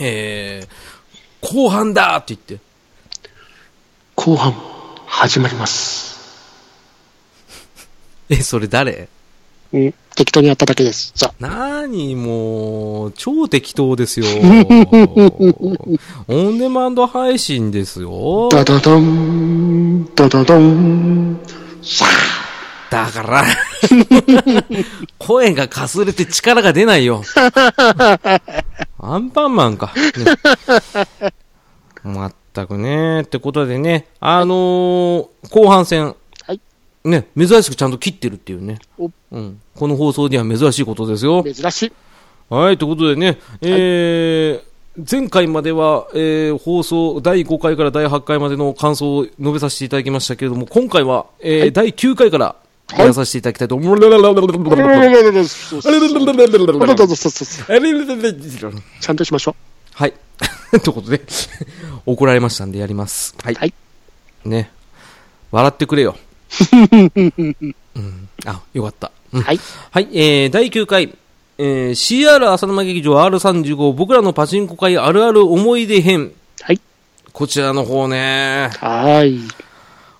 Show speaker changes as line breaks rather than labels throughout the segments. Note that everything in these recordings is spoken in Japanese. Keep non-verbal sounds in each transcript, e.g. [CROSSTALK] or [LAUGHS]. えー、後半だって言って、
後半、始まります。
え、それ誰
うん、適当にやっただけです。さ
なーに、もう、超適当です [LAUGHS] よ。オンデマンド配信ですよ
あ、。ダダダン、ダダダン、さあ、
だ [LAUGHS] から、声がかすれて力が出ないよ。アンパンマンか。ねまったくね。ってことでね、あのー後半戦、
はい、
ね、珍しくちゃんと切ってるっていうね。
お
うん、この放送には珍しいことですよ。
珍しい。
はい、ということでね、えー前回までは、えー放送第5回から第8回までの感想を述べさせていただきましたけれども、今回は、えー第9回から
い
やらさせていただきたいと思います。
そうそうそうそうそうちゃんとしましょ
はい。 [LAUGHS] ということで、怒られましたんでやります。は
う。
い。
はい。
ね。笑ってくれ [LAUGHS] よ。うん、あ、よかった。うん
はい。
はい、えー、第9回、えー、CR 浅沼劇場 R35 僕らのパチンコ会あるある思い出編。
はい。
こちらの方ね、
はい。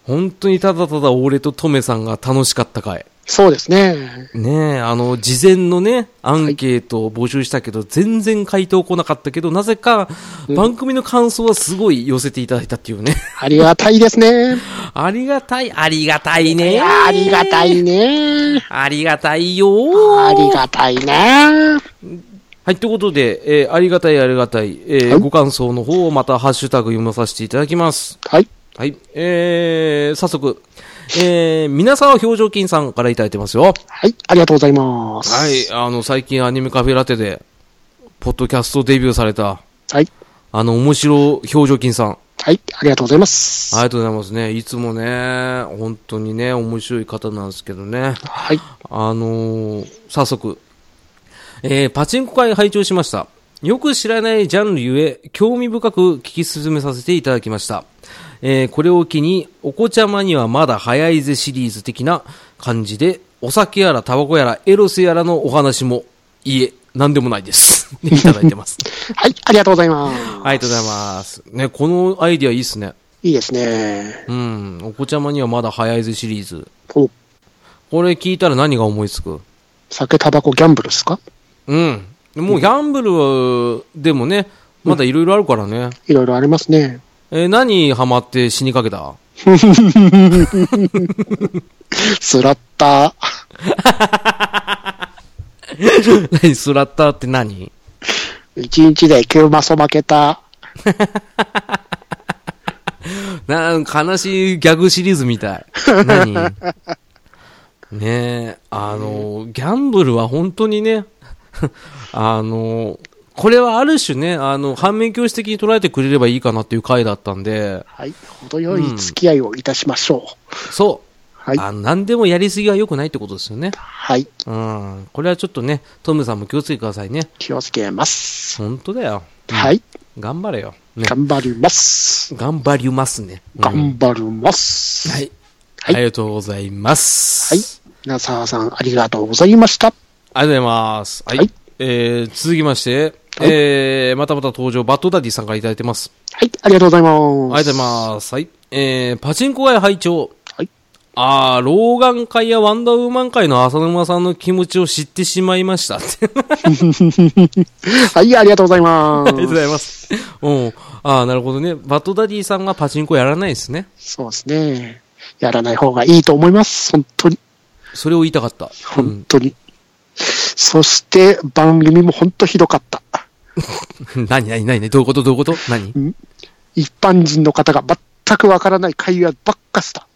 本当にただただ俺とトメさんが楽しかった回。
そうですね。
ねえ、あの、事前のね、アンケートを募集したけど、全然回答来なかったけど、なぜか、番組の感想はすごい寄せていただいたっていう
[LAUGHS]
ね。
ありがたいですね。
ありがたい、ありがたい
い
ね。
やありがた。いね。
ありがたいよー
ありがたいね。
はい、ということで、えーありがたいありがたい、えー
はい
ご感想の方をまたハッシュタグ読まさせていただきます。
はい。
はい、えー、早速、えー、皆さんは表情筋さんからいただいてますよ。
はい。ありがとうございます。
はい、あの、最近アニメカフェラテで、ポッドキャストデビューされた、
はい。
あの、面白表情筋さん。
はい。ありがとうございます。
ありがとうございますね。いつもね、本当にね、面白い方なんですけどね。
はい。
あのー早速、えーパチンコ会拝聴しました。よく知らないジャンルゆえ、興味深く聞き進めさせていただきました。えーこれを機に、お子ちゃまにはまだ早いぜシリーズ的な感じで、お酒やらタバコやらエロスやらのお話も、いえ、なんでもないです。 [LAUGHS] いただいてます。
はい。ありがとうございます。
ありがとうございます。ね、このアイディアいいっすね。
いいですね。
うん、お子ちゃまにはまだ早いぜシリーズ。
お、
これ聞いたら何が思いつく
酒、タバコ、ギャンブルですか
うん。もうギャンブルはでもね、まだいろいろあるからね。
いろいろありますね。
えー何ハマって死にかけた
スラッター。
[LAUGHS] 何スラッターって何
一日で9マソ負けた。
なん悲しいギャグシリーズみ [LAUGHS] たい。何ねえ、あの、ギャンブルは本当にね、 [LAUGHS] あの、これはある種ね、あの、反面教師的に捉えてくれればいいかなっていう回だったんで、
はい。程よい付き合いをいたしましょう。
そう。
はい。
あの何でもやりすぎは良くないってことですよね。
はい。
うん。これはちょっとね、トムさんも気をつけてくださいね。
気をつけます。
本当だよ。
はい。
頑張れよ。ね、
頑張ります。
頑張りますね。うん
頑張ります。
はい。あ
はい
りがとうございます。
はい。皆沢さん、ありがとうございました。
ありがとうございます。はい。
はい
えー、続きまして、
はい
えー、またまた登場、バッドダディさんからいただいてます。
はい。ありがとうござい
あり
ま
がとう
す。
ございます。はい。えー、パチンコ街拝聴
はい。
あー、老眼会やワンダーウーマン会の浅沼さんの気持ちを知ってしまいました。って
はい。ありがとうございます。あ
[LAUGHS] ありがとうございます。うん。あー、なるほどね。バッドダディさんがパチンコやらないですね。
そうですね。やらない方がいいと思います。本当に。
それを言いたかった。
本当に。そして、番組も本当ひどかった。
何何何何どういうことどういうこと何
一般人の方が全くわからない会話ばっかした。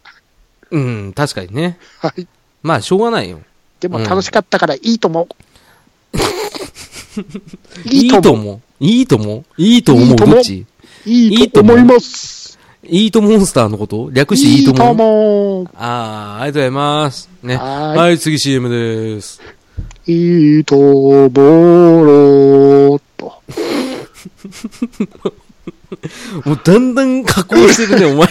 うん、確かにね。
はい。
まあ、しょうがないよ。
でも
うん
楽しかったからいいと思う。
い
い
い
[LAUGHS] い
と
と思う。
思う。いいと思う。いいと思う。どっち
いいと思います。
いいとモンスターのこと略してい
い
い
い
と
と
思う。
思う。
あー、ありがとうございます。ね。
はーい
はい、次 CM です。
いいと思ろうと。
もうだんだん加工してるね、お前。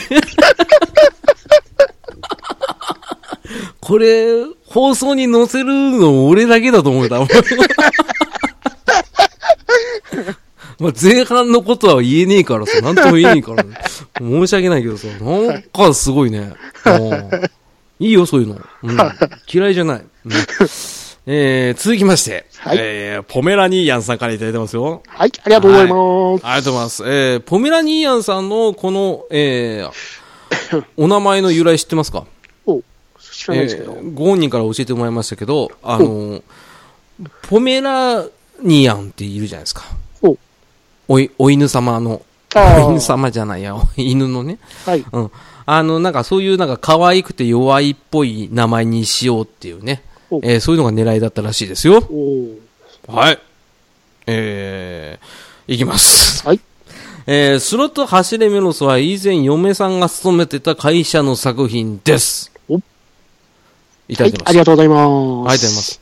これ、放送に載せるの俺だけだと思うた。まあ、まあ前半のことは言えねえからさ、なんとも言えねえから、申し訳ないけどさ、なんかすごいね。うんいいよ、そういうの。うん、嫌いじゃない。うんえー、続きまして、
はい
えー、ポメラニーヤンさんからいただいてますよ。
はい、ありがとうございます。
ありがとうございます。えー、ポメラニーヤンさんのこの、えーお名前の由来知ってますか
お知らないですけど。
えーご本人から教えてもらいましたけど、あの、ポメラニアンっているじゃないですか。
お
おい、お犬様の。
あ
お犬
ー
様じゃないや、お犬のね。
はい。
うん。あの、なんかそういうなんか可愛くて弱いっぽい名前にしようっていうね。
お
えーそういうのが狙いだったらしいですよ。
おー
はい。えー、いきます。
はい。
えー、スロット走れメロスは以前嫁さんが勤めてた会社の作品です。
お
いただ
はい
きま、す。
ありがとうございま
あ
す。
りがとうございま。す。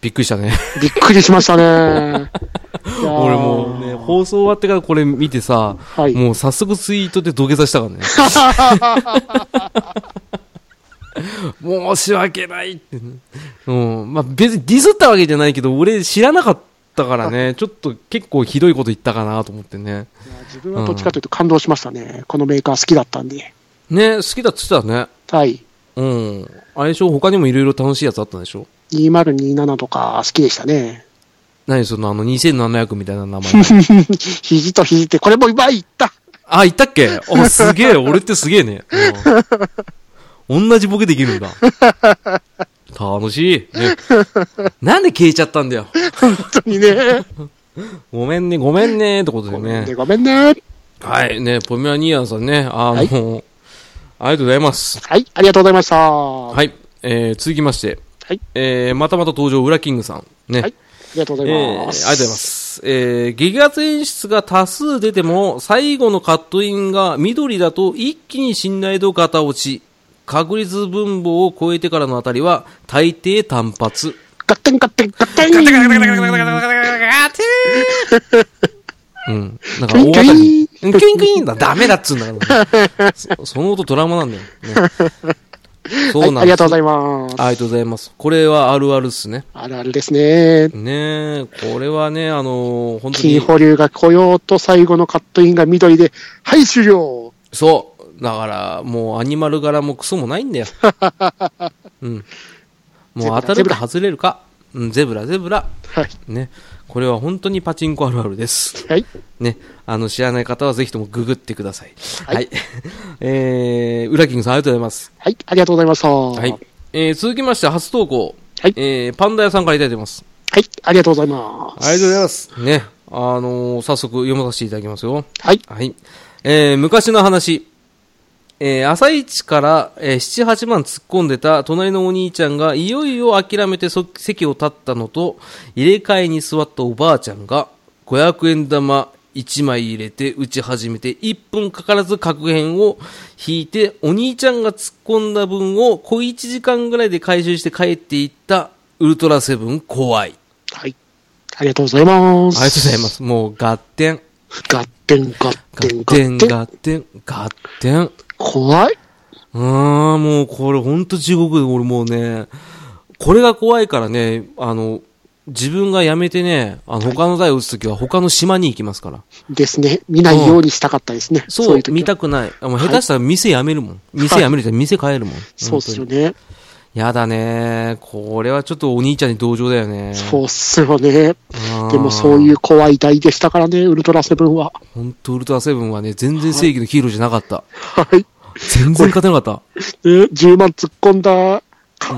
びっくりしたね。
びっくりしました [LAUGHS] ね。いやー
俺もうね、放送終わってからこれ見てさ、
はい
もう早速ツイートで土下座したからね。 [LAUGHS] 申し訳ないってね、うん。まあ別にディスったわけじゃないけど、俺知らなかったからね、ちょっと結構ひどいこと言ったかなと思ってね。
いや [LAUGHS] 自分はどっちかというと感動しましたね。このメーカー好きだったんで。
ね、好きだって言ってたね。
はい。
うん。相性他にもいろいろ楽しいやつあったんでしょ
2027とか好きでしたね。 [LAUGHS]
何そのあの2700みたいな名前。 [LAUGHS]
肘と肘って、これも今言った。
あ、いたっけお、すげえ、俺ってすげえね。うん同じボケできるんだ。楽しい。ね、なんで消えちゃったんだよ。
本当にね。
ごめんね、ごめんね、ってことで
ごめんね、
ね。
ごめんね。
はい、ね、ポメラニアンさんね、あの、
はい
ありがとうございます。
はい、ありがとうございました。は
はい、えー、続きまして、
い。
えー、またまた登場、ウラキングさん。ね。
はい。ありがとうご
え
ざ
ー
い
ありがとうござ
ま
い
す。
ます。えー、激アツ演出が多数出ても、最後のカットインが緑だと一気に信頼度型落ち。確率分母を超えてからのあたりは、大抵単発。
ガッテンガッテンガッテンガッテンガッテンガッテン
うん。なんか大当たり。
キ
キュインキュインだ。ダメだっつうんだから、ね、そその音ドラマなんだよ。ね、そうなんです、
ありがとうございます。
ありがとうございます。これはあるあるっすね。
あるあるですね。
ねえ、これはね、あのー本当
金
に。
保留が来ようと最後のカットインが緑で、はい、終了
そう。だから、もうアニマル柄もクソもないん [LAUGHS] だよ。うん。もう当た
ゼ
る
ブ
か
ラ
外れるか。うん、ゼブラ、ゼブラ。
はい。
ね。これは本当にパチンコあるあるです。
はい。
ね。あの、知らない方はぜひともググってください。 [LAUGHS] は。
はいい
えー、ウラキングさんありがとうございます。
はい、ありがとうございました。は
はい。えー、続きまして初投稿。
はい
えー、パンダ屋さんからいただいてます。
はい、ありがとうございます。
りがとうございます。ね。あのー早速読まさせていただきますよ。
はい。
はい。えー昔の話。えー朝一から、えー7、8万突っ込んでた隣のお兄ちゃんがいよいよ諦めてそ席を立ったのと、入れ替えに座ったおばあちゃんが、500円玉1枚入れて打ち始めて1分かからず角辺を引いて、お兄ちゃんが突っ込んだ分を小1時間ぐらいで回収して帰っていった、ウルトラセブン怖い。
はい。ありがとうございま
あり
す。
がとうございま。す。もう、合点。
ガッテンガッ
合
テン
点、
ガッテン。
合点、合点。
怖い。
ああ、もうこれほんと地獄で、俺もうね、これが怖いからね、あの、自分がやめてね、あの、他の台を打つときは他の島に行きますから。
ですね。見ないようにしたかったですね。
そう、
そういう時は
見たくない。もう下手したら店辞めるもん。店辞めるじゃん、店変えるもん。
そうっすよね。
やだねこれはちょっとお兄ちゃんに同情だよね。
そうっすよね。
ん
でもそういう怖い台でしたからね、ウルトラセブンは。
ほんとウルトラセブンはね、全然正義のヒーローじゃなかった。
はい。
全然勝てなかった。
え10万突っ込んだ、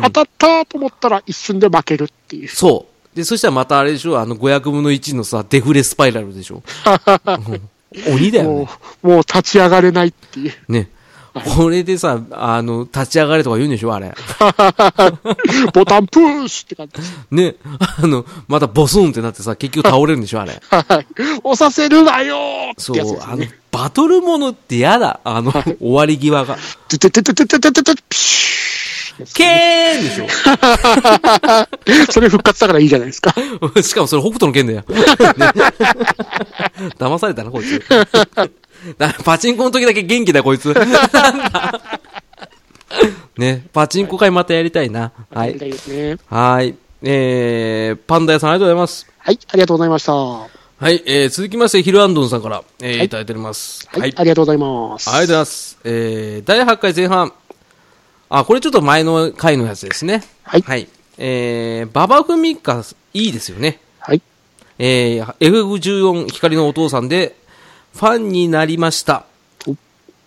当たったと思ったら一瞬で負けるっていう。
そう。で、そしたらまたあれでしょ、あの500分の1のさ、デフレスパイラルでし
[LAUGHS]
ょ。うん鬼だよね。
もう、もう立ち上がれないっ
[LAUGHS]
ていう。
ね。これでさ、あの、立ち上がれとか言うんでしょあ
[LAUGHS]
れ。
ボタンプッシュって感じ。
ね。あの、またボスンってなってさ、結局倒れるんでしょあれ。
[LAUGHS] はい。押させるなよーっ
そ
てやつで
う、
す
あの
ね。、
バトルものってやだ。あの、終わり際
[LAUGHS]
が。
ててててててててて、ピシュ
けーんでし
ー。それ復活だからいいじゃないですか。
ょ [LAUGHS] しかもそれ北斗の剣
[LAUGHS]
だよ。ね騙されたな、こいつ。 [LAUGHS] だパチンコの時だけ元気だ、こいつ。 [LAUGHS] ね、パチンコ会またやりたいな。は
み
い
た。いですね。
はい。えー、パンダ屋さんありがとうございます。
はい、ありがとうございました。は
はい、えー、続きまして、ヒルアンドンさんから、えーい、ただいております。
はい、
はい。あり
ありがとうございます。
がとうございます。えー、第8回前半。あ、これちょっと前の回のやつですね。
はい
はい。えー、ババフミカ、いいですよね。
はい。
えー、F14 光のお父さんで、ファンになりました。
お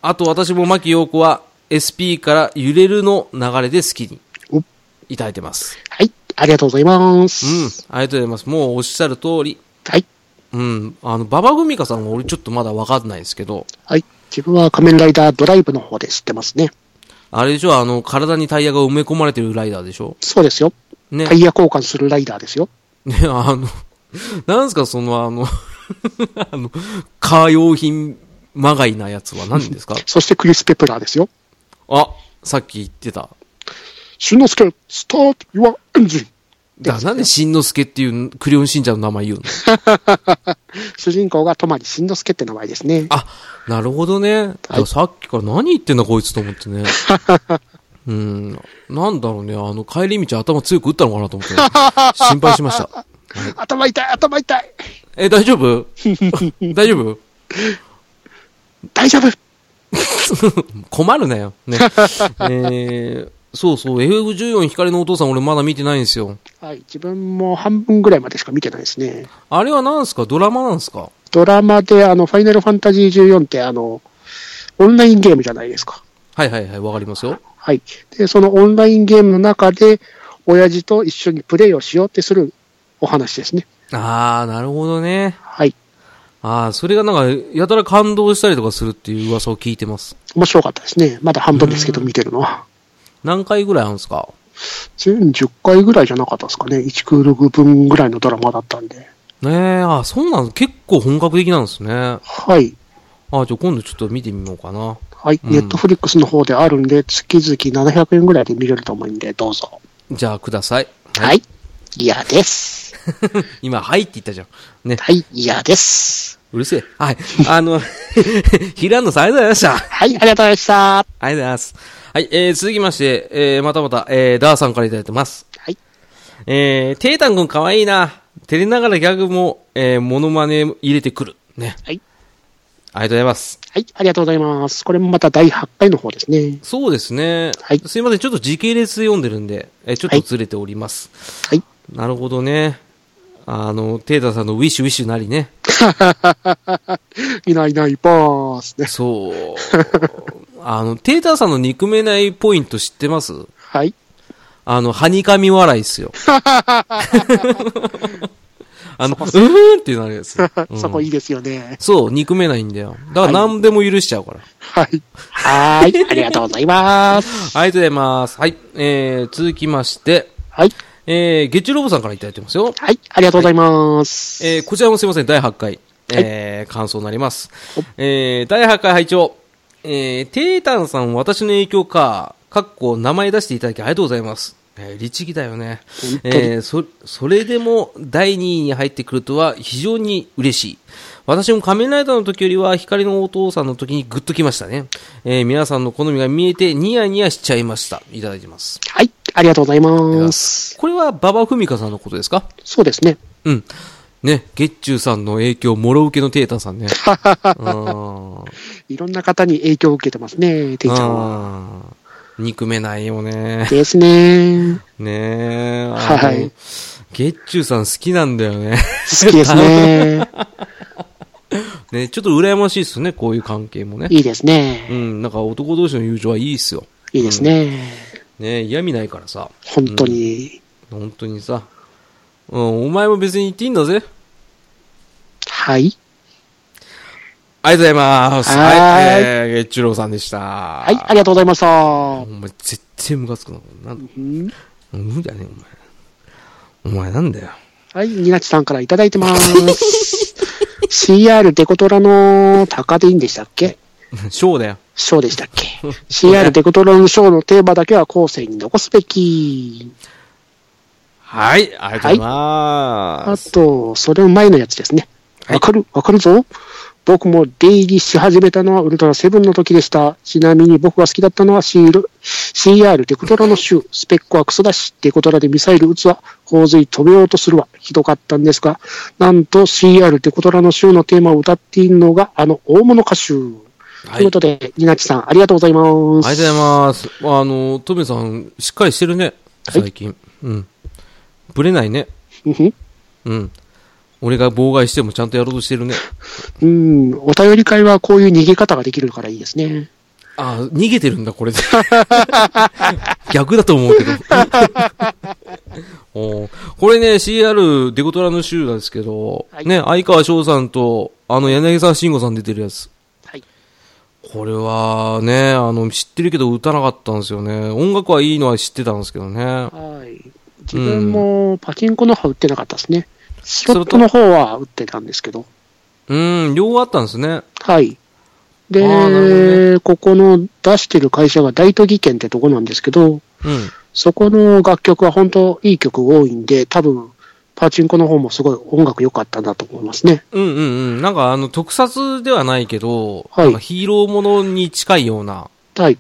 あと私も牧陽子は SP から揺れるの流れで好きに
お
いただいてます。
はい、ありがとうございます。
うん、ありがとうございます。もうおっしゃる通り。
はい。
うん、あの、馬場グミカさんは俺ちょっとまだわかんないんですけど、
はい。自分は仮面ライダードライブの方で知ってますね。
あれでしょ、あの、体にタイヤが埋め込まれてるライダーでしょ
そうですよ。
ね
タ。イヤ交換するライダーですよ。
[LAUGHS] ね、あの、なんすかそのあの、 [LAUGHS] あの、カー用品まがいなやつは何
[LAUGHS]
ですか
そしてクリス・ペプラーですよ。
あ、さっき言ってた。
俊之介、スタート、ユア、エンジン。
だからなんでしんのすけっていうクレヨンしんちゃんの名前言うの
主人公が泊しんのすけって名前ですね。
あ、なるほどね。だからさっきから何言ってんだこいつと思ってね。 [LAUGHS] うん。なんだろうね。あの、帰り道頭強く打ったのかなと思って。心配しました。
頭痛い、頭痛い。
え、大丈夫大丈夫
大丈夫。
[LAUGHS] 困るなよ。ね。えー、そうそう。FF14 光のお父さん俺まだ見てないんですよ。
はい。自分も半分ぐらいまでしか見てないですね。
あれは何すかドラマなんすか
ドラマで、あの、ファイナルファンタジー14って、あの、オンラインゲームじゃないですか。
はいはいはい。わかりますよ。
はい。で、そのオンラインゲームの中で、親父と一緒にプレイをしようってするお話ですね。
あー、なるほどね。
はい。
ああ、それがなんか、やたら感動したりとかするっていう噂を聞いてます。
面白かったですね。まだ半分ですけど、見てるのは。
何回ぐらいあるんですか
全10回ぐらいじゃなかったですかね。1クール分ぐらいのドラマだったんで。
ねえ、ああ、そうなん結構本格的なんですね。あ
はい。
あ、じゃあ今度ちょっと見てみようかな。
はい。
うん
ネットフリックスの方であるんで、月々700円ぐらいで見れると思うんで、どうぞ。
じゃあください。
はい。嫌です。
今、はい [LAUGHS] って言ったじゃん。ね、
はい、嫌です。
うるせえ。はい。あの、 [LAUGHS] 平野さんありがとうございました。
はい、ありがとうございました。は
ありがとうございます。はい、えー、続きまして、えー、またまた、えー、ダーさんからいただいてます。
い。
えー、テータン君かわいいな。照れながらギャグも、えー、モノマネ入れてくる。ね。
はい。
ありがとうございます。
はい、ありがとうございます。これもまた第8回の方ですね。
そうですね。
はい
すいません、ちょっと時系列で読んでるんで、えちょっとずれております。
はい。 [LAUGHS]
なるほどね。あの、テータさんのウィッシュウィッシュなりね。
いないいないばーすね。 [LAUGHS]
そう。あの、テータさんの憎めないポイント知ってます
はい。
あの、はにかみ笑いっす [LAUGHS] よ。あの、うーんってなる [LAUGHS] やつ。うん
そこいいですよね。
そう、憎めないんだよ。だから何でも許しちゃうから。
はい。はーい。ありがとうございます。
ありがとうございます。はい。えー、続きまして、
はい。
えー、ゲッチュロボさんからいただいてますよ。
はい。ありがとうございます。
えーこちらもすいません、第8回、えー感想になります。えー第8回拝聴えー、テータンさん、私の影響か、かっこ名前出していただきありがとうございます。えー、律儀だよね。
本当に
えーそ、それでも第2位に入ってくるとは非常に嬉しい。私も仮面ライダーの時よりは光のお父さんの時にグッときましたね。えー皆さんの好みが見えてニヤニヤしちゃいました。いただいてます。
はい。ありがとうございます。
これは馬場ミカさんのことですか
そうですね。
うん。ね、月中さんの影響、もろ受けのテータさん
[LAUGHS]
ね。うん
いろんな方に影響を受けてますね、ていちゃんは。
うん。憎めないよね。
ですね。
ねえ。
は
あの
い。
月中さん好きなんだよね。 [LAUGHS]
好きですね。
ね、ちょっと羨ましいっすね、こういう関係もね。
いいです
う
ね。
ん、なんか男同士の友情はいいっすよ。
いいですね。
ね嫌味ないからさ。
本当に。
本当にさ。うん、お前も別に言っていいんだぜ。
はい。
ありがとうございます。
はーい
はい。えー、月中郎さんでした。は
はい。ありがとうございました。
お前、絶対ムカつくな。なん
うん
無理だね、お前。お前なんだよ。
はい、ニナチさんからいただいてます。CR デコトラの高でいいんでしたっけ
ショーだよ。
ショーでしたっけ ?CR デコトラのショーのテーマだけは後世に残すべき。
はい、ありがとうございま
あ
す。
と、それの前のやつですね。わかる、わかるぞ。僕も出入りし始めたのはウルトラセブンの時でした。ちなみに僕が好きだったのは CR, CR デコトラの州、スペックはクソだし、デコトラでミサイル撃つわ、洪水止めようとするわ、ひどかったんですが、なんと CR デコトラの州のテーマを歌っているのがあの大物歌手。
はい
ということで、ニナチさん、ありがとうございます。
ありがとうございます。あの、トメさん、しっかりしてるね。
はい
最近。うん。ぶれないね。
うんうん
うん。俺が妨害してもちゃんとやろうとして
[LAUGHS]
るね。
うん、お便り会はこういう逃げ方ができるからいいですね。
あー逃げてるんだ、これで。 [LAUGHS] 逆だと思うけど。 [LAUGHS] おーこれね、CR デコトラの州なんですけど、
はい
ね、相川翔さんと、あの、柳沢慎吾さん出てるやつ。
はい。
これはね、あの、知ってるけど打たなかったんですよね。音楽はいいのは知ってたんですけどね。
はい。自分もパチンコの方は売ってなかったですね。スロット
それ
の方は売ってたんですけど。
うん、両方あったんですね。
はい。
あーなる
で、ここの出してる会社が大都議県ってとこなんですけど、
うん。
そこの楽曲は本当いい曲多いんで、多分、パチンコの方もすごい音楽良かったんだと思いますね。
うんうんうん。なんかあの、特撮ではないけど、
はい
なんかヒーローものに近いような、
はい。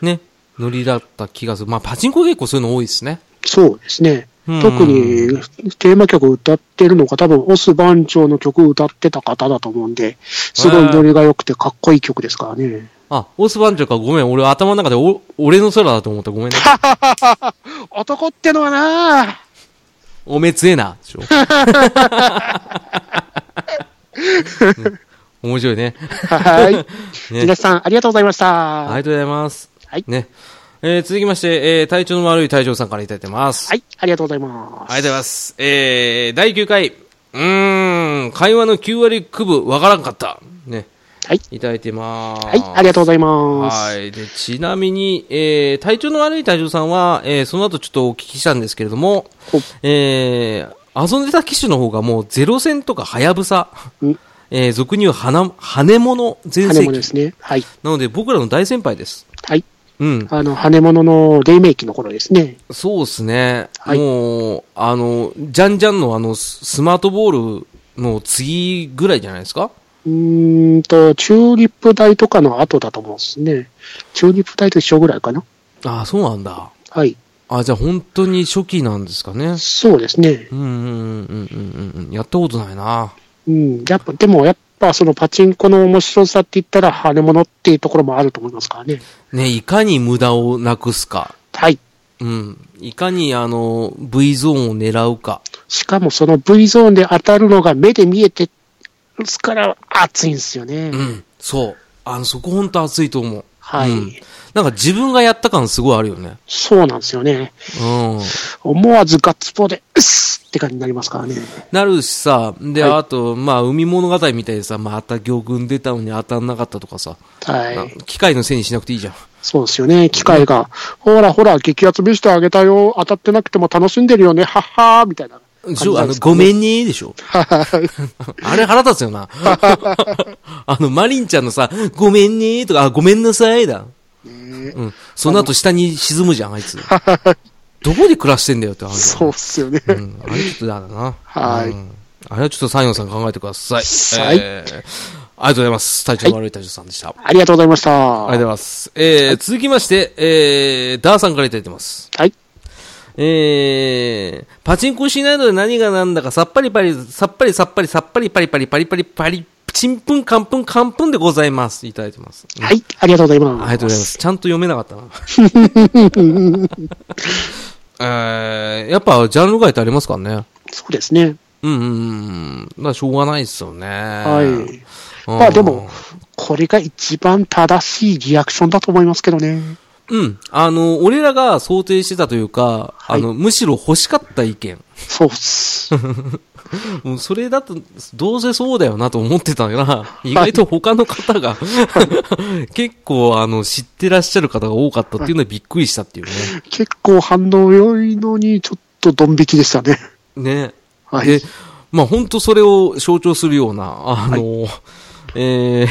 ね、ノリだった気がする。まあ、パチンコ結構そういうの多いですね。
そうですね。
うん
特にテーマ曲を歌ってるのが多分オス番長の曲を歌ってた方だと思うんで、すごいノリが良くてかっこいい曲ですからね。
あ、オースバンジョか、ごめん。俺頭の中でお、俺の空だと思った。ごめんね。
男ってのはな
おめつえな。
[LAUGHS]
ちょね面白いね。
は
[LAUGHS]
い。
ね
皆さん、ありがとうございました。
あ
は
りがとうございます。
はい
ね。えー続きまして、えー体調の悪い隊長さんからいただいてます。
い。ありがとうございます。
ありがとうございます。えー、第9回。うーん、会話の9割区分わからんかった。ね。
はい。
いただいてます。
はい。ありがとうございます。
はい。で、ちなみに、えー、体調の悪い隊長さんは、えー、その後ちょっとお聞きしたんですけれども、
ほ
えー、遊んでた機種の方がもうゼロ戦とかハヤブサ、
うん
えー、俗に言う花、羽物全
羽
盛
物で
期。
すね。はい。
なので僕らの大先輩です。
はい。
うん。
あの、羽物の黎明期の頃ですね。
そうですね。
はい
もう、あの、ジャンジャンのあの、ススマートボールの次ぐらいじゃないですか
うーんと、チューリップ台とかの後だと思うんですね。チューリップ台と一緒ぐらいかな。
ああ、そうなんだ。
はい。
あじゃあ本当に初期なんですかね。
そうですね。
うんうんうんうんうんうん。やったことないな。
うん。やっぱ、でもやっぱそのパチンコの面白さって言ったら羽物っていうところもあると思いますからね。
ね、いかに無駄をなくすか。
はい。
うん。いかにあの、V ゾーンを狙うか。
しかもその V ゾーンで当たるのが目で見えてるから熱いんですよね。
うん。そう。あの、そこ本当熱いと思う。
はい
うんなんか自分がやった感すごいあるよね。
そうなんですよね。
うん。
思わずガッツポーで、うっすって感じになりますからね。
なるしさ、で、
はい
あと、まあ、海物語みたいでさ、また魚群出たのに当たんなかったとかさ、
は。
ない機械のせいにしなくていいじゃん。
そうですよね。機械が、ほらほら、激圧見せてあげたよ。当たってなくても楽しんでるよね。はっはーみたいな
で
感じ
しょ
な
あ
ん
の、
ですか
ご
ね。
めんねーで
[LAUGHS]
しょあれ腹立つよな。あの、マリンちゃんのさ、ごめんねーとか、あ、ごめんなさいだ。うん。その後下に沈むじゃん、あい
[LAUGHS]
つ。どこで暮らしてんだよって、あの。
そうっすよね。
うん、あれちょっとやだな。
はい
うんあれはちょっとサイオンさん考えてください。
はい
えーありがとうございます。体調の悪い隊長さんでした。
ありがとうございました。
ありがとうございます。えー、続きまして、えー、ダーさんからいただいてます。
はい。
えー、パチンコしないので何がなんだかさっぱりパリ、さっぱりさっぱりさっぱりパリパリパリパリパリ、チンプンカンプンカンプンでございます。いただいてます。
はい。ありがとうございます。
ありがとうございます。ちゃんと読めなかったな。 [LAUGHS] えー、やっぱジャンル外ってありますからね。
そうですね。
うんうんうん。まあ、しょうがないですよね。
はい。
うん
まあでも、これが一番正しいリアクションだと思いますけどね。
うん。あの、俺らが想定してたというか、
は
あ
い
の、むしろ欲しかった意見。
そうっす。
うんそれだと、どうせそうだよなと思ってたが、意外と他の方が、結構、あの、知ってらっしゃる方が多かったっていうのはびっくりしたっていうね。
結構反応良いのに、ちょっとドン引きでしたね。
ね。
はい
で、まあ本当それを象徴するような、あの、えー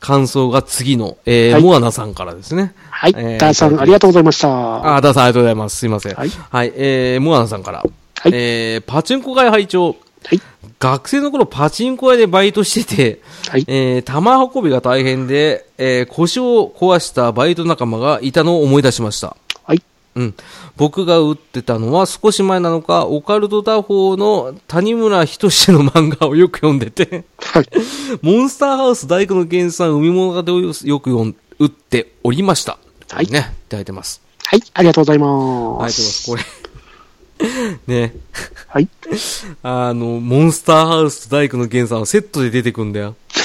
感想が次の、えー
はい
モアナさんからですね。
はい。
えー
ダーさん、ありがとうございました。
あ、ダーさんありがとうございます。すいません。は。
はいい
えー、モアナさんから。
い
えー、パチンコ会拝聴
はい。
学生の頃パチンコ屋でバイトしてて、
はい
えー玉運びが大変で、えー腰を壊したバイト仲間がいたのを思い出しました。
はい。
うん。僕が打ってたのは少し前なのか、オカルト打法の谷村仁志の漫画をよく読んでて、 [LAUGHS]
はい。
モンスターハウス大工の原産海物語をよく読ん打っておりました。
はい
ね、いただいてます。
はい。ありがとうございます。
ありがとうございます。これ。 [LAUGHS] ね。
はい。
あの、モンスターハウスと大工の源さんはセットで出てくんだ
[LAUGHS]
よ。う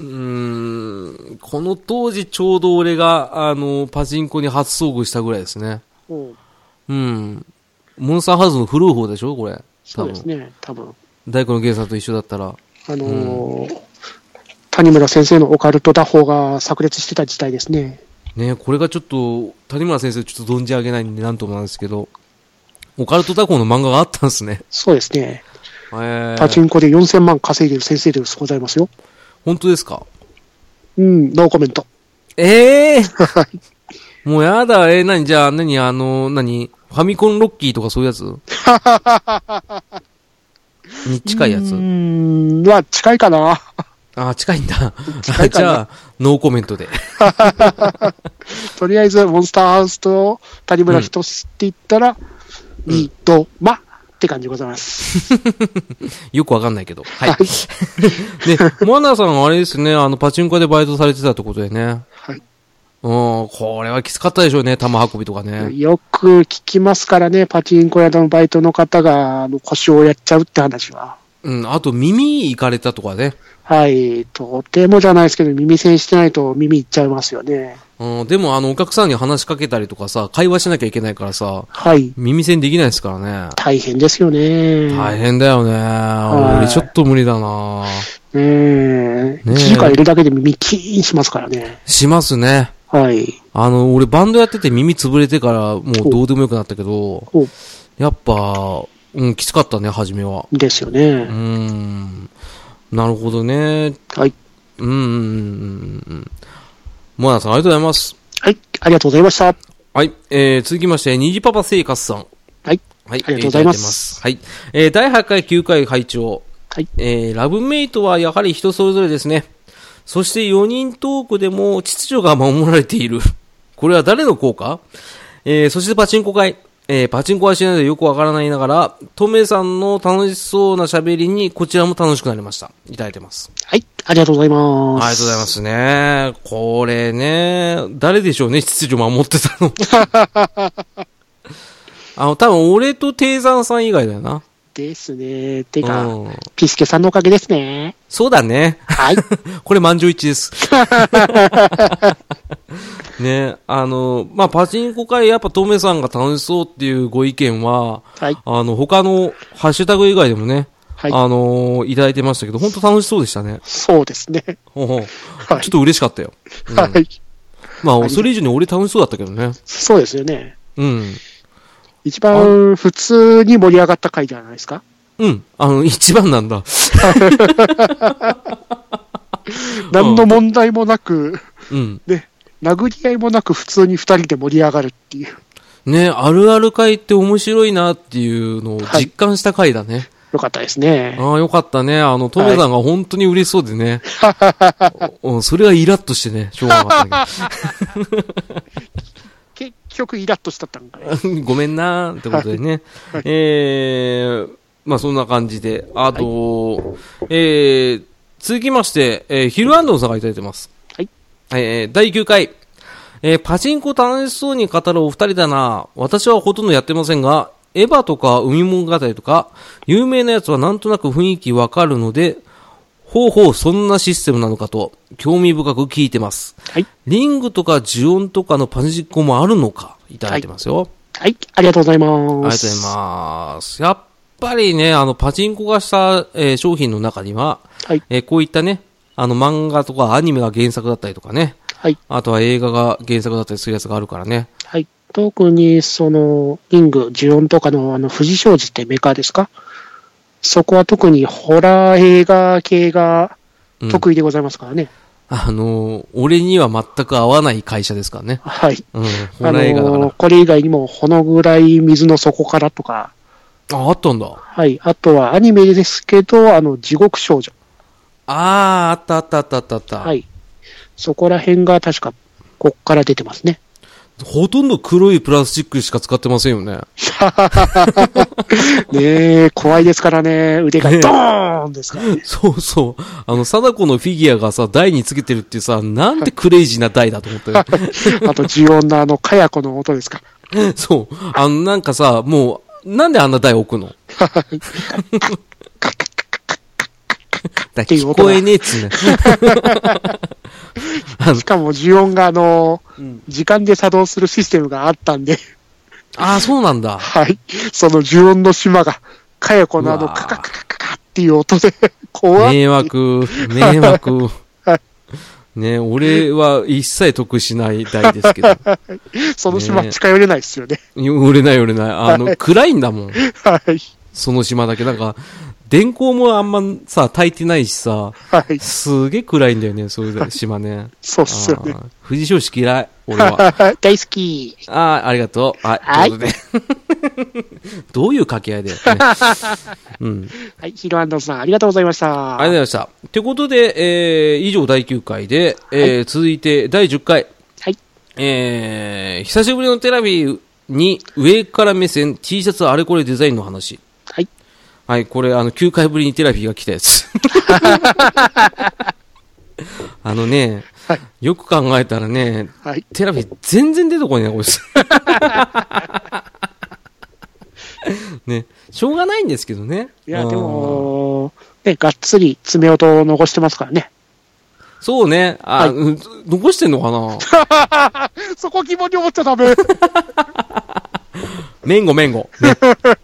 ーん、この当時ちょうど俺が、あの、パチンコに初遭遇したぐらいですね。
おう
うん。モンスターハウスの古い方でしょこれ。
そ
多
う
分
ですね、多分。
大工の源さんと一緒だったら。
あのー谷村先生のオカルト打法が炸裂してた時代ですね。
ね、これがちょっと、谷村先生ちょっと存じ上げないんでなんともなんですけど、オカルトタコの漫画があったんですね。
そうですね。
えー
パチンコで4000万稼いでる先生でございますよ。
本当ですか
うん、ノーコメント。
ええもうやだ、えー、何じゃあ、何あの、何ファミコンロッキーとかそういうや
[LAUGHS]
つに近いや
う
つ。
ーん、まあ、近いかな。
あー、近いんだ。
近いか
じ
な
ゃあ、ノーコメントで。 [LAUGHS]
とりあえず、モンスターハウスと谷村仁志って言ったら、いいと、ま、って感じでございます。
よくわかんないけど。はい。で、モアナさんはあれですね、あの、パチンコ屋でバイトされてたってことでね。
はい。
うん、これはきつかったでしょうね、玉運びとかね。
よく聞きますからね、パチンコ屋のバイトの方があの腰をやっちゃうって話は。
うん、あと耳いかれたとかね。
はい、とてもじゃないですけど、耳栓してないと耳いっちゃいますよね。
うん、でもあの、お客さんに話しかけたりとかさ、会話しなきゃいけないからさ、
はい、
耳栓できないですからね。
大変ですよね。
大変だよね。
い
俺ちょっと無理だな
ねえ、
え
1時間いるだけで耳キーンしますからね。
しますね。
はい。
あの、俺バンドやってて耳潰れてからもうどうでもよくなったけど、
こ
やっぱ、うん、きつかったね、初めは。
うですよ
うー
ね。
ん。なるほどね。
はい。
うんうんうんうん。モアナさん、ありがとうございます。
はい、ありがとうございました。
はい。えー、続きまして、にじパパ生活さん。
はい。
はい。
ありがとうございます
ただいてますはい。えー、第8回、9回会長。
はい。
えーラブメイトはやはり人それぞれですね。そして4人トークでも秩序が守られている。これは誰の効果えーそしてパチンコ会。えーパチンコはしないのでよくわからないながら、トメさんの楽しそうな喋りにこちらも楽しくなりました。いただいてます。
はい、ありがとうござ
あ
い
り
ます。
がとうございますね。これね、誰でしょうね、秩序守ってたの。あの、多分俺と定山さん以外だよな。
ですね。てか、
うん
ピスケさんのおかげですね。
そうだね。 [LAUGHS]
はい。
これ満場一致です。 [LAUGHS] ね、あの、まあ、パチンコ会やっぱトメさんが楽しそうっていうご意見は、
はい。
あの、他のハッシュタグ以外でもね、
はい
あの、いただいてましたけど、本当楽しそうでしたね。
そうですね。
ほうほう
はい
ちょっと嬉しかったよ。
はい。
まあ、それ以上に俺楽しそうだったけどね。
そうですよね。
うん。
一番普通に盛り上がった回じゃないですか。
うん。あの、一番なんだ。
何の問題もなく、
うん。
ね、殴り合いもなく普通に二人で盛り上がるっていう。
ね、あるある会って面白いなっていうのを実感した回だね。
よかったですね。
ああ、よかったね。あの、トメさんが本当に嬉しそうでね。うん、それがイラッとしてね、しょうがなかった
結局イラッとしたったんかね。
け [LAUGHS] ど。ごめんなーってことでね。えー、まあそんな感じで。あと、えー、続きまして、えー、ヒルアンドンさんがいただいてます。
はい。
えー、第9回。えー、パチンコ楽しそうに語るお二人だな。私はほとんどやってませんが、エヴァとか海物語とか、有名なやつはなんとなく雰囲気わかるので、ほうほう、そんなシステムなのかと、興味深く聞いてます。
はい。
リングとか呪音とかのパチンコもあるのか、いただいてますよ。
はい。ありがとうございます。
ありがとうございます。やっぱりね、あの、パチンコがした、えー商品の中には、
はい。
えーこういったね、あの、漫画とかアニメが原作だったりとかね、
はい。
あとは映画が原作だったりするやつがあるからね。
はい。特に、その、リング、ジオンとかの、あの、富士商事ってメーカーですかそこは特にホラー映画系が
うん
得意でございますからね。
あのー俺には全く合わない会社ですからね。
はい。
うん、ホ
あ
ラ
の
ー映画だから。
ーこれ以外にも、このぐらい水の底からとか、
あ、あったんだ。
はい。あとはアニメですけど、あの、地獄少女。
ああー、あったあったあったあったあった。
はい。そこら辺が確か、こっから出てますね。
[LAUGHS] ほとんど黒いプラスチックしか使ってませんよ [LAUGHS] ね。
ねえ、怖いですからね。腕がドーンですからね。
そうそう。あの、貞子のフィギュアがさ、台につけてるっていうさ、なんてクレイジーな台だと思 [LAUGHS] ったよ。
あと、ジオンのあの、かやこの音ですか。
そう。あの、なんかさ、もう、なんであんな台置く [LAUGHS] のだ
てい
聞
う音が
こえねえっつうね。 [LAUGHS] あの
しかも、ジオンがあの、時間で作動するシステムがあったんで、 [LAUGHS]
ああ、そうなんだ。
はい。そのジオンの島が、かやこのあ
う
の、
わー
カカカカカカっていう音で、 [LAUGHS] 怖い。
迷惑、迷惑。ね俺は一切得しない台ですけど。 [LAUGHS]
その島
ねえ
近寄れないですよね。 [LAUGHS]
売れない売れない。あの、暗いんだもん。
はい。
その島だけ。なんか、電光もあんまさ、焚いてないしさ、
はい。
すげえ暗いんだよね、そういう島ね。
[LAUGHS] そう
あ
っすよね。
ー藤正式嫌い、俺は。
[LAUGHS] 大好き。
ああ、ありがとう。はい。
はい
ということで [LAUGHS] どういう掛け合いだよ、ね。
[LAUGHS]
うん。
はい。ヒロアンドンさん、ありがとうございました。
ありがとうございました。ということで、えー、以上第9回で、えー続いて第10回、
はい。
えー、久しぶりのテラビに上から目線 T シャツあれこれデザインの話。
はい。
はい、これ、あの、9回ぶりにテラフィーが来たや
[LAUGHS]
つ。あのね、
はい
よく考えたらね、
はい。
テラフィー全然出てこないな、こい
[LAUGHS]
つ。ね、しょうがないんですけどね。
いや、で
うん。
も、ね、がっつり爪音を残してますからね。 [LAUGHS]
そうね、あ、
はい
うん残してんのかな
[LAUGHS] そこ疑問に思っちゃ
[LAUGHS]
ダメ。
メンゴ、メンゴ。
[LAUGHS]
ねテラフィ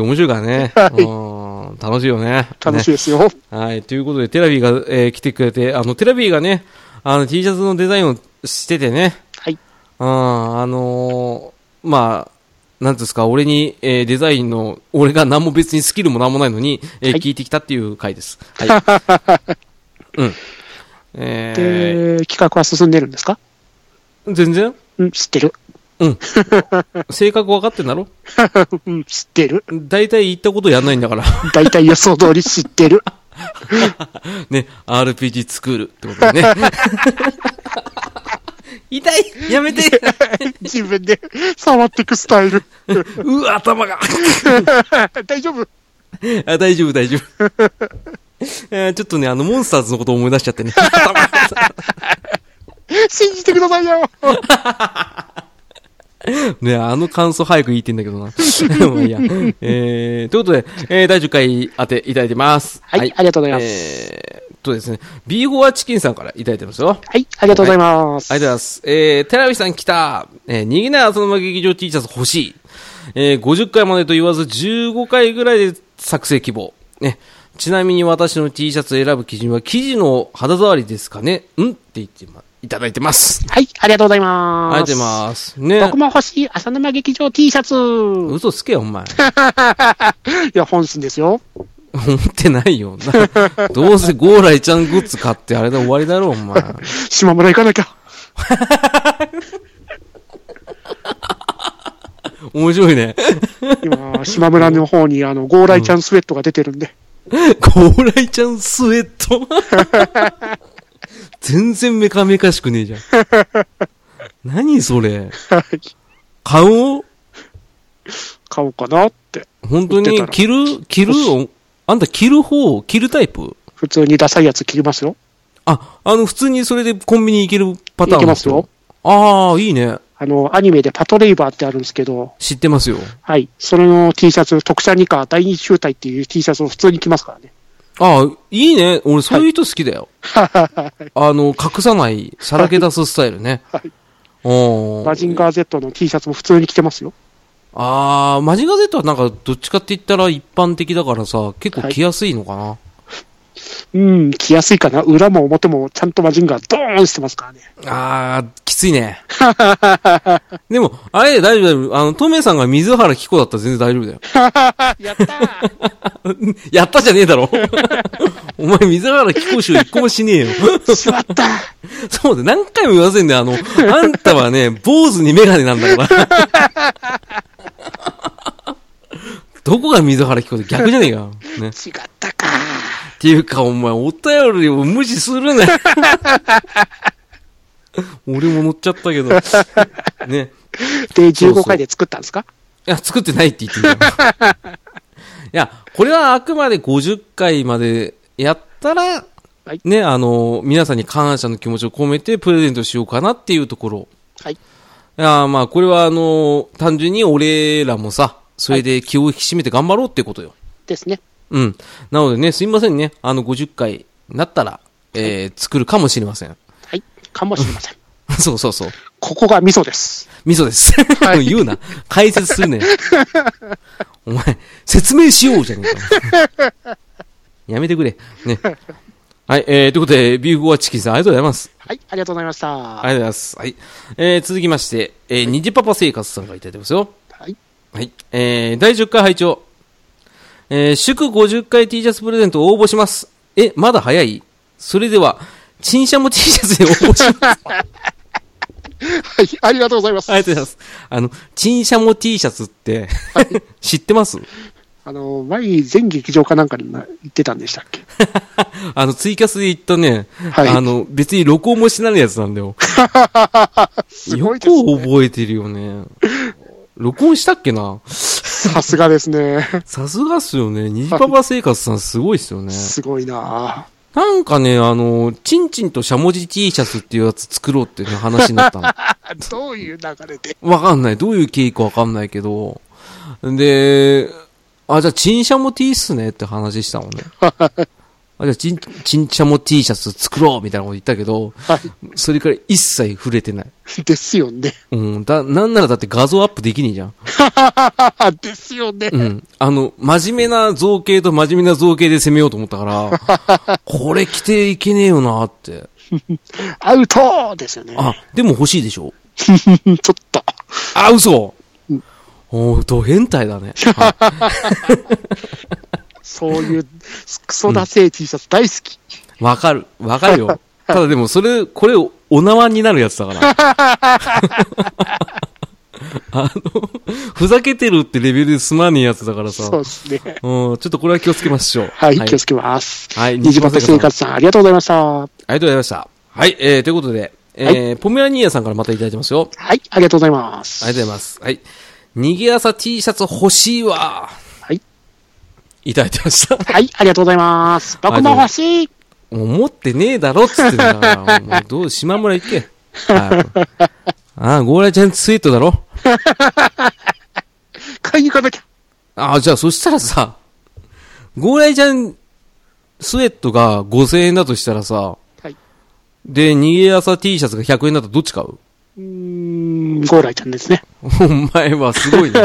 ー面白いからね。うん楽しいよね。
楽しいですよ。
はい。ということで、テラビーが、えー来てくれて、あの、テラビーがね、あの、T シャツのデザインをしててね、
はい。
うん、あのーまあ、なんていうんですか、俺に、えーデザインの、俺が何も別にスキルも何もないのに、えー
はい
聞いてきたっていう回です。はい。うん。え
で、企画は進んでるんですか
ー、全然
うん、知ってる。
うん。 [LAUGHS] 性格分かってんだろ
うん、知ってる。
大体言ったことやんないんだから。 [LAUGHS]
大体予想通り知ってる。
ね、RPG 作るってことだ
[LAUGHS]
ね。痛いやめて
自分で触っていくスタイル。 [LAUGHS]
うわ、頭が
大丈夫
[LAUGHS] あ大丈夫、大丈夫。 [LAUGHS] えーちょっとね、あの、モンスターズのことを思い出しちゃ
[LAUGHS]
ってね。頭が
信じてくださいよ
ね、あの感想早く言ってんだけどな。 [LAUGHS] まあいいや。えー、ということで、えー、第10回当ていただいてます。
はいありがとうございます
えー、とですね、ビーゴアチキンさんからいただいてますよ。
はい、ありがとうございます。
ありがとうございます。えー、テラビさん来た。えー、逃げない朝の間劇場 T シャツ欲しい。えー、50回までと言わず15回ぐらいで作成希望。ね。ちなみに私の T シャツ選ぶ基準は生地の肌触りですかねんって言って、ま、いただいてます。
はい、ありがとうございます。
ありがとうございます。ね
僕。も欲しい浅沼劇場 T シャツ。
嘘つけよ、お前。
いや、本心ですよ。
思ってないよ。などうせゴーライちゃんグッズ買ってあれで終わりだろ、お前。
島村行かなきゃ。
面白いね。
今、島村の方に、あの、ゴーライちゃんスウェットが出てるんで。
[LAUGHS] ゴーライちゃんスウェット
[LAUGHS]
全然メカメカしくねえじゃん。何それ
はい。
買う
買おうかなって。
本当
売って
に
たら
着る着るあんた着る方着るタイプ
普通にダサいやつ切りますよ。
あ、あの、普通にそれでコンビニ行けるパターン
行けますよ。
ああ、いいね。
あの、アニメでパトレイバーってあるんですけど、
知ってますよ。
はい。それの T シャツ、特写二課第二集隊っていう T シャツを普通に着ますからね。
ああ、いいね。俺、そういう人好きだよ。あの、隠さない、さらけ出すスタイルね。
はい
お
マジンガー Z の T シャツも普通に着てますよ。
ああ、マジンガー Z はなんか、どっちかって言ったら一般的だからさ、結構着やすいのかな。
うん、着やすいかな。裏も表もちゃんとマジンガードーンしてますからね。
ああ、きついね。でも、あれ、大丈夫、大丈夫。あの、トメさんが水原希子だったら全然大丈夫だよ。 [LAUGHS]
やったー
やったじゃねえだろ。お前、水原希子集一個もしねえよ。 [LAUGHS]
しまったー
そうだ、何回も言わせんねあの、あんたはね、坊主にメガネなんだから。どこが水原希子で逆じゃねえか。ね。
違ったか。
っていうか、お前、お便りを無視するな。俺も乗っちゃったけど。ね。
で、
そうそう
15回で作ったんですか
いや、作ってないって言ってる。いや、これはあくまで50回までやったら、
はい
ね、あの、皆さんに感謝の気持ちを込めてプレゼントしようかなっていうところ。
はい。
いや、まあ、これはあの、単純に俺らもさ、それで気を引き締めて頑張ろうってことよ。
ですね。
うん。なのでね、すいませんね。あの、50回なったら、えー、作るかもしれません。
はい。かもしれません。
[LAUGHS] そうそうそう。
ここがミソです。
味噌です。
は
[LAUGHS]
い
言うな。解説する
[LAUGHS]
ね。お前、説明しようじゃねえか。やめてくれ。ね。はい、えー、ということで、ビーフオアチキンさん、ありがとうございます。
はい。ありがとうございました。
ありがとうございます。はい。えー、続きまして、えー、にじパパ生活さんがいただいてますよ。
はい。
はい。えー、第10回拝聴えー、祝50回 T シャツプレゼントを応募します。え、まだ早いそれでは、陳謝も T シャツで応募します。
はい。ありがとうございま
[LAUGHS]
す。
ありがとうございます。あの、陳謝も T シャツって、知ってます
あの、前、全劇場かなんかでな言ってたんでしたっけ
あの、ツイキャスで言ったね、
はい
あの、別に録音もしないやつなんだよ。
[LAUGHS] すごいです
よく
ね。
覚えてるよね。録音したっけな
さすがですね。
さすがっすよね。虹パパ生活さんすごいっすよね。
すごいなあ
なんかね、あの、チンチンとしゃもじ T シャツっていうやつ作ろうっていう話になったの。
あどういう流れで [LAUGHS]
わかんない。どういう経緯かわかんないけど。で、あ、じゃあ、チンシャモ T っすねって話したもんね。あ、じゃあ、チン、チンシャモ T シャツ作ろうみたいなこと言ったけど、それから一切触れてない。
ですよね。 [LAUGHS]
うん。だ、なんならだって画像アップできねえじゃん。
ですよね。
うん。あの、真面目な造形と真面目な造形で攻めようと思ったから、これ着ていけねえよなって。
アウトですよね。
あ、でも欲しいでしょ
うんちょっと。
あ、嘘おう、ド変態だね。はい
そういう、クソダセえ T シャツ大好き。
わかる。わかる
[LAUGHS]
よ。ただでも、それ、これ、お縄になるやつだから。
[LAUGHS]
あの、ふざけてるってレベルで済まねえやつだからさ。
そうですね。
うん、ちょっとこれは気をつけましょう。
はい、
ありが
気を
と
つけます。
はい
虹パパ生活さん、ありがとうございました。は
うございました。はい、えー、ということで、えーポメラニーヤさんからまたいただいてますよ。
い、ありがとうございます。
ありがとうございます。はい。逃げ朝 T シャツ欲しいわ。
はい。
いただいてました。 [LAUGHS]
はい、ありがとうございます。僕も欲しい。
もう持ってねえだろっつってんだから、もうどう、島村行け。ああ、ゴーライちゃんツイートだろ
買いに行かなきゃ。
ああ、じゃあそしたらさ、ゴーライちゃんスウェットが5000円だとしたらさ、
はい。
で、逃げ朝 T シャツが100円だとどっち買う [LAUGHS]
うーん、ゴーライちゃんですね。
お前はすごいね。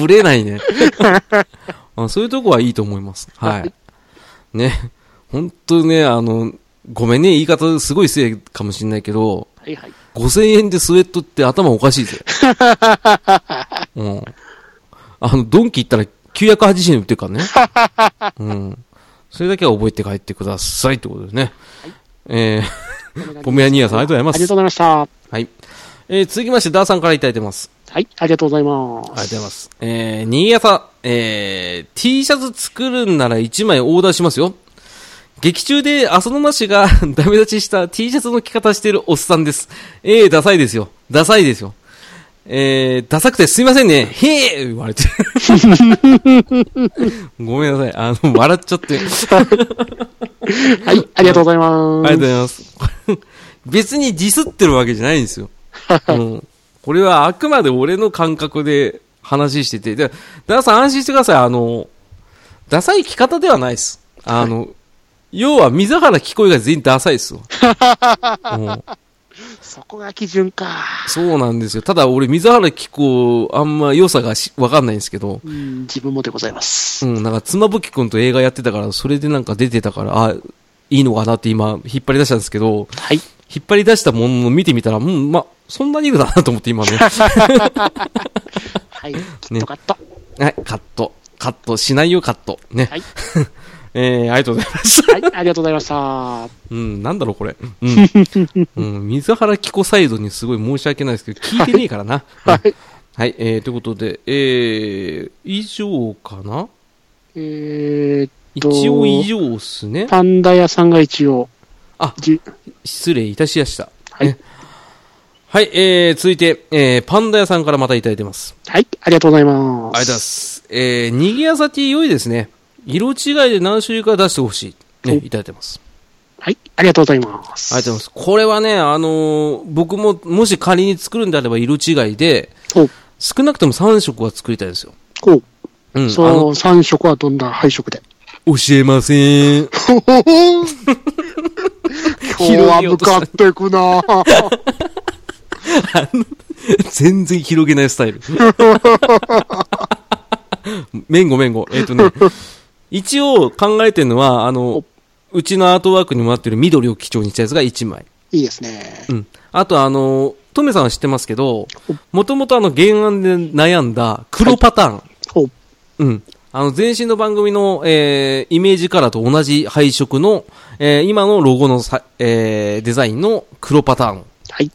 ぶれないね [LAUGHS] あ。そういうとこはいいと思います。はい。ね。本当ね、あの、ごめんね、言い方すごいせいかもしんないけど、
はいはい。
5000円でスウェットって頭おかしい
[LAUGHS]
ぜ。うん。あの、ドンキ行ったら980円売ってるからね。
[LAUGHS]
うん。それだけは覚えて帰ってくださいってことですね。えー、 [LAUGHS] ポメアニアさんありがとうご
あ
ざ
り
いま
がとうご
す。
ざいました。
はい。えー、続きまして、ダーさんからいただいてます。
はい、ありがとうございます。
ありがとうございます。えー、新潟、えー、T シャツ作るんなら1枚オーダーしますよ。劇中で浅沼氏が [LAUGHS] ダメ立ちした T シャツの着方してるおっさんです。えー、ダサいですよ。ダサいですよ。えー、ダサくてすいませんね。へえ言われて。 [LAUGHS] ごめんなさい。あの、笑っちゃって。
はい、ありがとうございます。
ありがとうございます。 [LAUGHS] 別にディスってるわけじゃないん [LAUGHS] ですよ。うん、これはあくまで俺の感覚で話してて。で、ダーさん安心してください。あの、ダサい着方ではないです。あの、要は水原聞こえが全員ダサい [LAUGHS] ですよ、うん
そこが基準か。
そうなんですよ。ただ俺水原聞こあんま良さがしわかんないんですけど。
うん、自分もでございます
う。ん、なんか妻夫木くんと映画やってたから、それでなんか出てたから、あ、いいのかなって今引っ張り出したんですけど。
はい。
引っ張り出したものを見てみたら、うん、まあ、そんなにいるだなと思って今ね。
[LAUGHS] はい、きっとカット。
はい、カット。カットしないよ、カット。ね。
はい
[LAUGHS] えー、ありがとうございます。 [LAUGHS]
はい、ありがとうございました。
うん、なんだろう、これ。うん。うん、水原希子サイドにすごい申し訳ないですけど、聞いてねえからな。
[LAUGHS] はい。
はい、えー、ということで、えー、以上かな
えー、っと、
一応以上っすね。
パンダ屋さんが一応、
あ、
じ
失礼いたしやした。
はい
ね。はい、えー、続いて、えー、パンダ屋さんからまたいただいてます。
はい、ありがとうございます。
ありがとうございます。えー、逃げ朝ティ良いですね。色違いで何種類か出してほしい。ね、
お
いただいてます。
はい、ありがとうございます。
ありがとうございます。これはね、あのー僕も、もし仮に作るんであれば色違いで、
ほう、
少なくとも3色は作りたいですよ。
ほう、
うん。
そ
あ
の
の、
3色はどんな配
[LAUGHS]
色で。
教えません。 [LAUGHS]
ほほほん今日は向かって
[LAUGHS]
くなぁ
全然広げないスタイル。 [LAUGHS] めんごめんご。えっ、とね、一応考えてるのは、あの、うちのアートワークにもなってる緑を基調にしたやつが1枚。
いいですね
う。ん。あとあの、トメさんは知ってますけど、もともとあの原案で悩んだ黒パターン。
ほう、
うん。あの、前身の番組の、えー、イメージカラーと同じ配色の、えー、今のロゴのさ、えー、デザインの黒パターン
はい、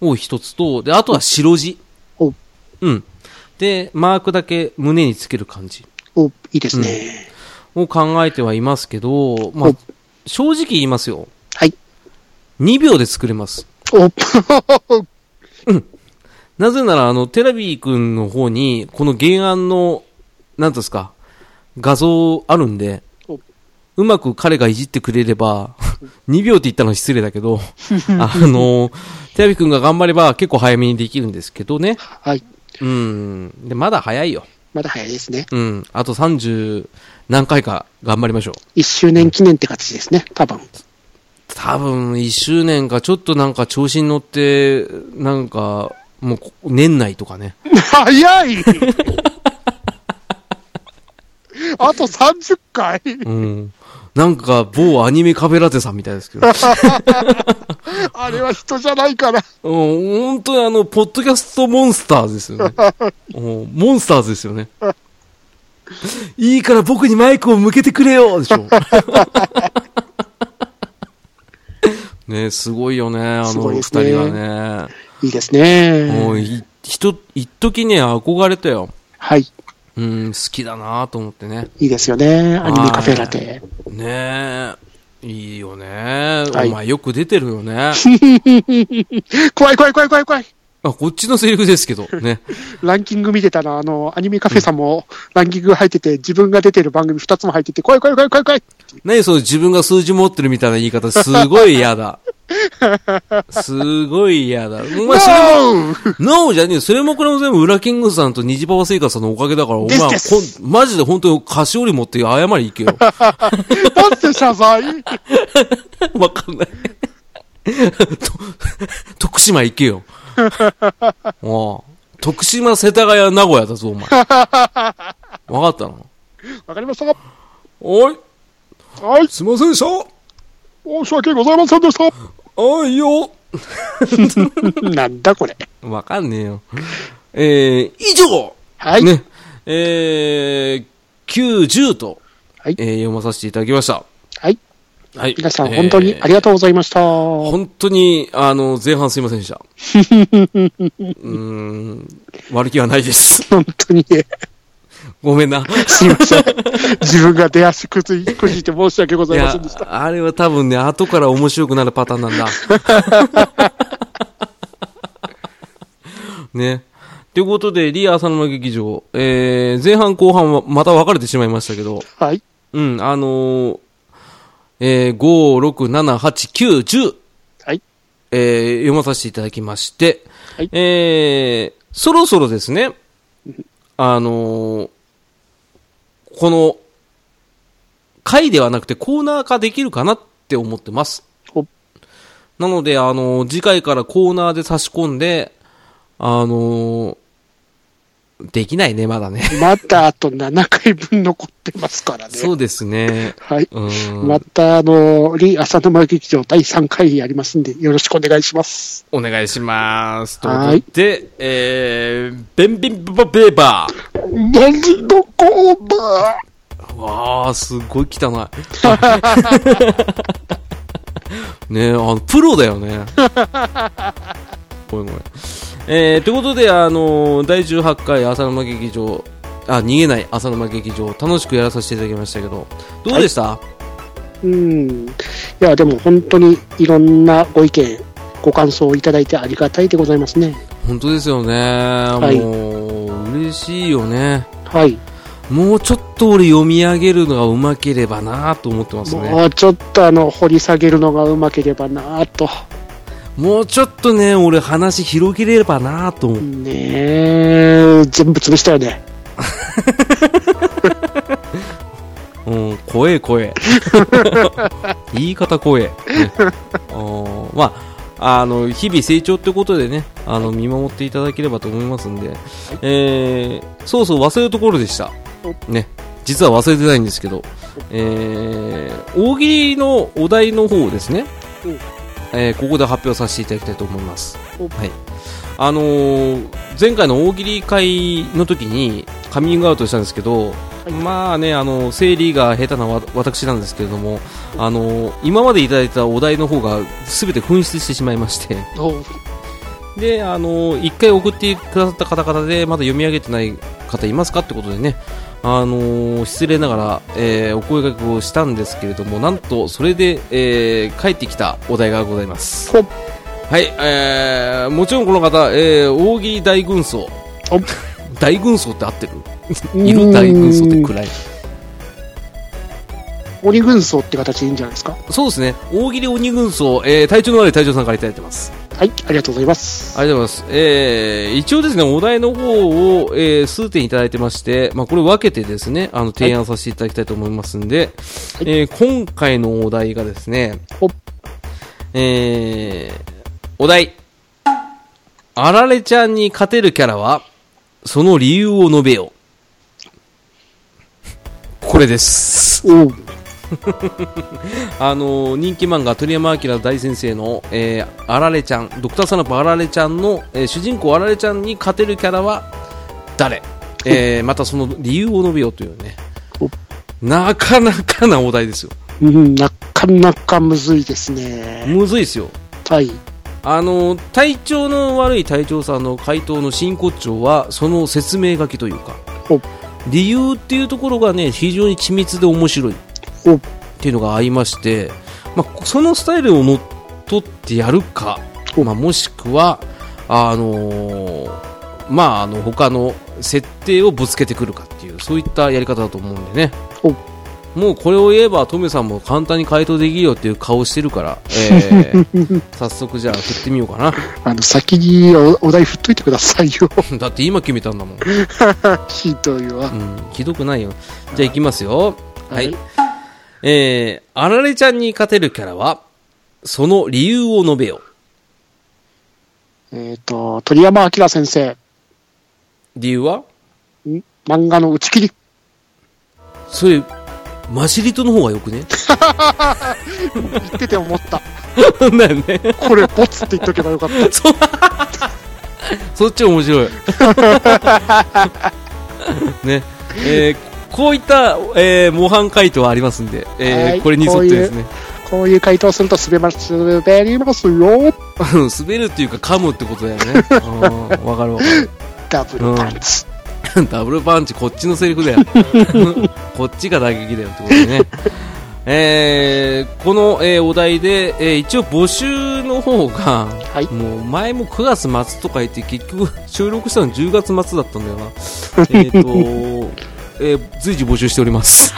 を一つと、で、あとは白地。
ほう、
うん。で、マークだけ胸につける感じ
ほう、いいですね。
を考えてはいますけど、ま
ほ
あ
う、
正直言いますよ。
はい、
2秒で作れます。
ほう、
なぜなら、あの、テラビー君の方に、この原案の、なんていうんですか、画像あるんで、
ほう
うまく彼がいじってくれれば、2秒って [LAUGHS] 言ったのは失礼だけど、 [LAUGHS] あの、テラビー君が頑張れば結構早めにできるんですけどね。
はい、
うん。で、まだ早いよ。
まだ早いですね。
うん。あと30何回か頑張りましょう。
1周年記念って形ですね、多分。
多分1周年かちょっとなんか調子に乗って、なんか、もうこ年内とかね。
早いあと30回
うん。なんか、某アニメカフェラテさんみたいですけ
[LAUGHS]
ど。
あれは人じゃないから。
うん、本当にあの、ポッドキャストモンスターズですよね。うんモンスターズですよね。いいから僕にマイクを向けてくれよでし
[LAUGHS]
ょ。ねすごいよね、あ
す
の
ご
二
いです
人
ね
はね。
いいです
もう
ね。
い、ひと、一時ね、憧れたよ。
はい。い
うん、好きだなと思ってね。
いですよね。アニメカフェラテ。
ねえ、いいよね。
はい
お前よく出てるよね。
怖い怖い怖い怖い怖い。
あ、こっちのセリフですけど、ね。
ランキング見てたら、あの、アニメカフェさんもランキング入ってて、自分が出てる番組2つも入ってて、怖い怖い怖い怖い怖い。
何その自分が数字持ってるみたいな言い方、すごい嫌だ。すごい嫌だ。お前それも、
ノー
ノーじゃねえよ。それもこれも全部、ウラキングさんとニジパワセイカさんのおかげだから、お前、
です
こ
です
んマジで本当に菓子折り持って謝り行けよ。
なんて謝罪
わかんない。 [LAUGHS] と徳島行けよ。おう徳島、世田谷、名古屋だぞ、お前。わかったの
わかりました。
おい、
はい。
すいませんでした。
申し訳ございませんでし
あいよ。
た。 [LAUGHS] なんだこれ。
わかんねえよ。えー、以上
はい。
ね、えー、9、10と、
はい
えー読まさせていただきました。
はい。
はい。
皆さん、本当にあ
えー
りがとうございました。
本当に、あの、前半すいませんで
[LAUGHS]
した。うーん、悪気はないです。
本当にね、
ごめん
[LAUGHS]
な。
すいま
[LAUGHS]
せん。自分が出足くじくじいて申し訳ご
い
ざいま
や
せんでした。、
あれは多分ね、後から面白くなるパターンなんだ。
[LAUGHS]
ね。ということで、リア浅沼劇場、えー、前半後半はまた分かれてしまいましたけど、
はい。
うん、あのーえー、5、6、7、8、9、10、
はい。
えー、読まさせていただきまして、
はい
えー、そろそろですね、あのーこの、回ではなくてコーナー化できるかなって思ってます。
お
なので、あのー次回からコーナーで差し込んで、あのーできないね、まだ
[LAUGHS]
ね。
またあと7回分残ってますからね。
そうですね。
はい。
うん。
また、あの、リ・浅沼劇場第3回やりますんで、よろしくお願いします。
お願いします。とい
は
う
い
ことで、えー、ベンビンブボベーバ
何のコーナ
ー。わー、すごい
[LAUGHS]
汚い。ねえ、あの、プロだよね。ごめんごめん。えー、ということで、あのー第18回浅沼劇場、あ、逃げない浅沼劇場、楽しくやらさせていただきましたけど、どうでした、
うん。いや、でも本当にいろんなご意見、ご感想をいただいてありがたいでございますね。
本当ですよね。
い
もう、嬉しいよね。
はい。
もうちょっと俺読み上げるのがうまければなと思ってますね。
もうちょっとあの、掘り下げるのがうまければなぁと。
もうちょっとね、俺話広げればなと思う。
ねえ、全部潰したよね。
うん、怖え
[LAUGHS]
怖え。言い方怖え。ね、おまあ、あの、日々成長ってことでね、あの、見守っていただければと思いますんで、えー、そうそう忘れるところでした。ね、実は忘れてないんですけど、えー、大喜利のお題の方をですね
うん、
えーここで発表させていただきたいと思います。
お
はい。あのー前回の大喜利会の時にカミングアウトしたんですけど、
い
まあね、あの、整理が下手なわ私なんですけれども、あの、今までいただいたお題の方が全て紛失してしまいまして、
お
で、あの、一回送ってくださった方々で、まだ読み上げてない方いますかってことでね、あの、失礼ながら、えーお声掛けをしたんですけれども、なんと、それで、えー帰ってきたお題がございます。
ほっ
はい、えー、もちろんこの方、えー、大喜利大軍曹。
お
大軍曹って合ってるいる大軍曹って
うん
暗い。
鬼軍曹って形でいいんじゃないですか。
そうですね。大喜利鬼軍曹、えー、体調の悪い隊長さんからいただいてます。
はい、ありがとうございます。
ありがとうございます。えー、一応ですね、お題の方を、えー、数点いただいてまして、まあ、これ分けてですね、あの、提案させていただきたいと思いますんで、
はい
えー、今回のお題がですね、
ほっ
えー、お題。あられちゃんに勝てるキャラは、その理由を述べよ。これです。
おう
あの人気漫画鳥山明大先生の、えーあられちゃんドクターサナプあられちゃんの、えー主人公あられちゃんに勝てるキャラは誰、 [LAUGHS] えーまたその理由を述べようというね
お
なかなかなお題ですよ
うん、なかなかむずいですね。
むずいですよ
はい。
あの体調の悪い隊長さんの回答の真骨頂はその説明書きというか
ほ
理由っていうところがね非常に緻密で面白い
ほ
っていうのが合いまして、まあ、そのスタイルをもっとってやるか、
お
まあ、もしくはあのーまああの他の設定をぶつけてくるかっていうそういったやり方だと思うんでね
お
もうこれを言えばトメさんも簡単に回答できるよっていう顔してるから、え
[LAUGHS]
ー早速じゃあ振ってみようかな
あの、先におお題振っといてくださいよ。 [LAUGHS]
だって今決めたんだもん、
ひどいわ
う。ん、ひどくないよじゃあいきますよはい、
はい
えー、あられちゃんに勝てるキャラはその理由を述べよ
えっ、と、鳥山明先生、
理由は
ん漫画の打ち切り。
それマシリトの方がよくね
言ってて思った。
だよね
これ、ボツって言っとけばよかった。
そそっち面白いねえーこういった、えー模範回答はありますんで、えー
はい
これに沿ってですね
こういう回答すると滑ます、滑りますよ。
[LAUGHS] うん滑るっていうか噛むってことだよねうんわかるわか
ダブルパンツ。
る [LAUGHS] ダブルパンチこっちのセリフだ
[LAUGHS]
よこっちが打撃だよってことでねえーこの、えーお題で、えー一応募集の方が
はい。
もう前も9月末とか言って結局収録したの10月末だったんだよなえっと、
[LAUGHS]
えー随時募集しております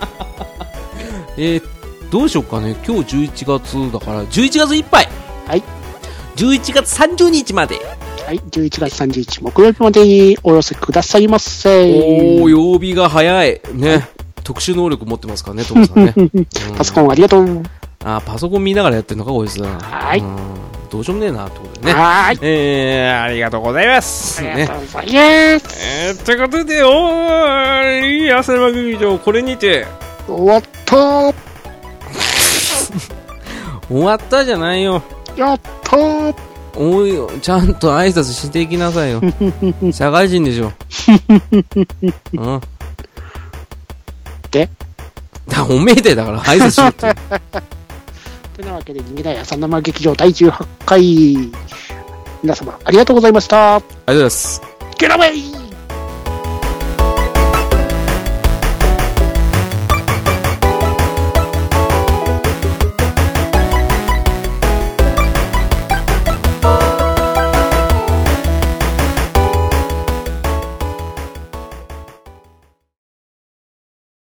[LAUGHS] えーどうしようかね今日11月だから11月いっぱい
はい
11月30日まで
はい。11月31日木曜日までにお寄せくださいませ。
おお曜日が早いね特殊能力持ってますからねトムさん [LAUGHS] ね、うん
パソコンありがとう。
あーパソコン見ながらやってるのかこいつだ
はい
うんどうしようもねえなってことでね
はーい。
えー、ありがとうございます
あ
ね
りがとうございます。
えー、ということで、おーい、汗ま劇場、これにて。
終わった
終わったじゃないよ。
やったー
おいよ、ちゃんと挨拶していきなさ [LAUGHS] いよ。社会人で [LAUGHS] しょ。うん。
で
だ、おめでだから、挨拶し [LAUGHS] ろって。
てなわけで、逃げない浅沼劇場第18回、
皆様ありがとうございました。
りがとうございます。
ゲラウェイ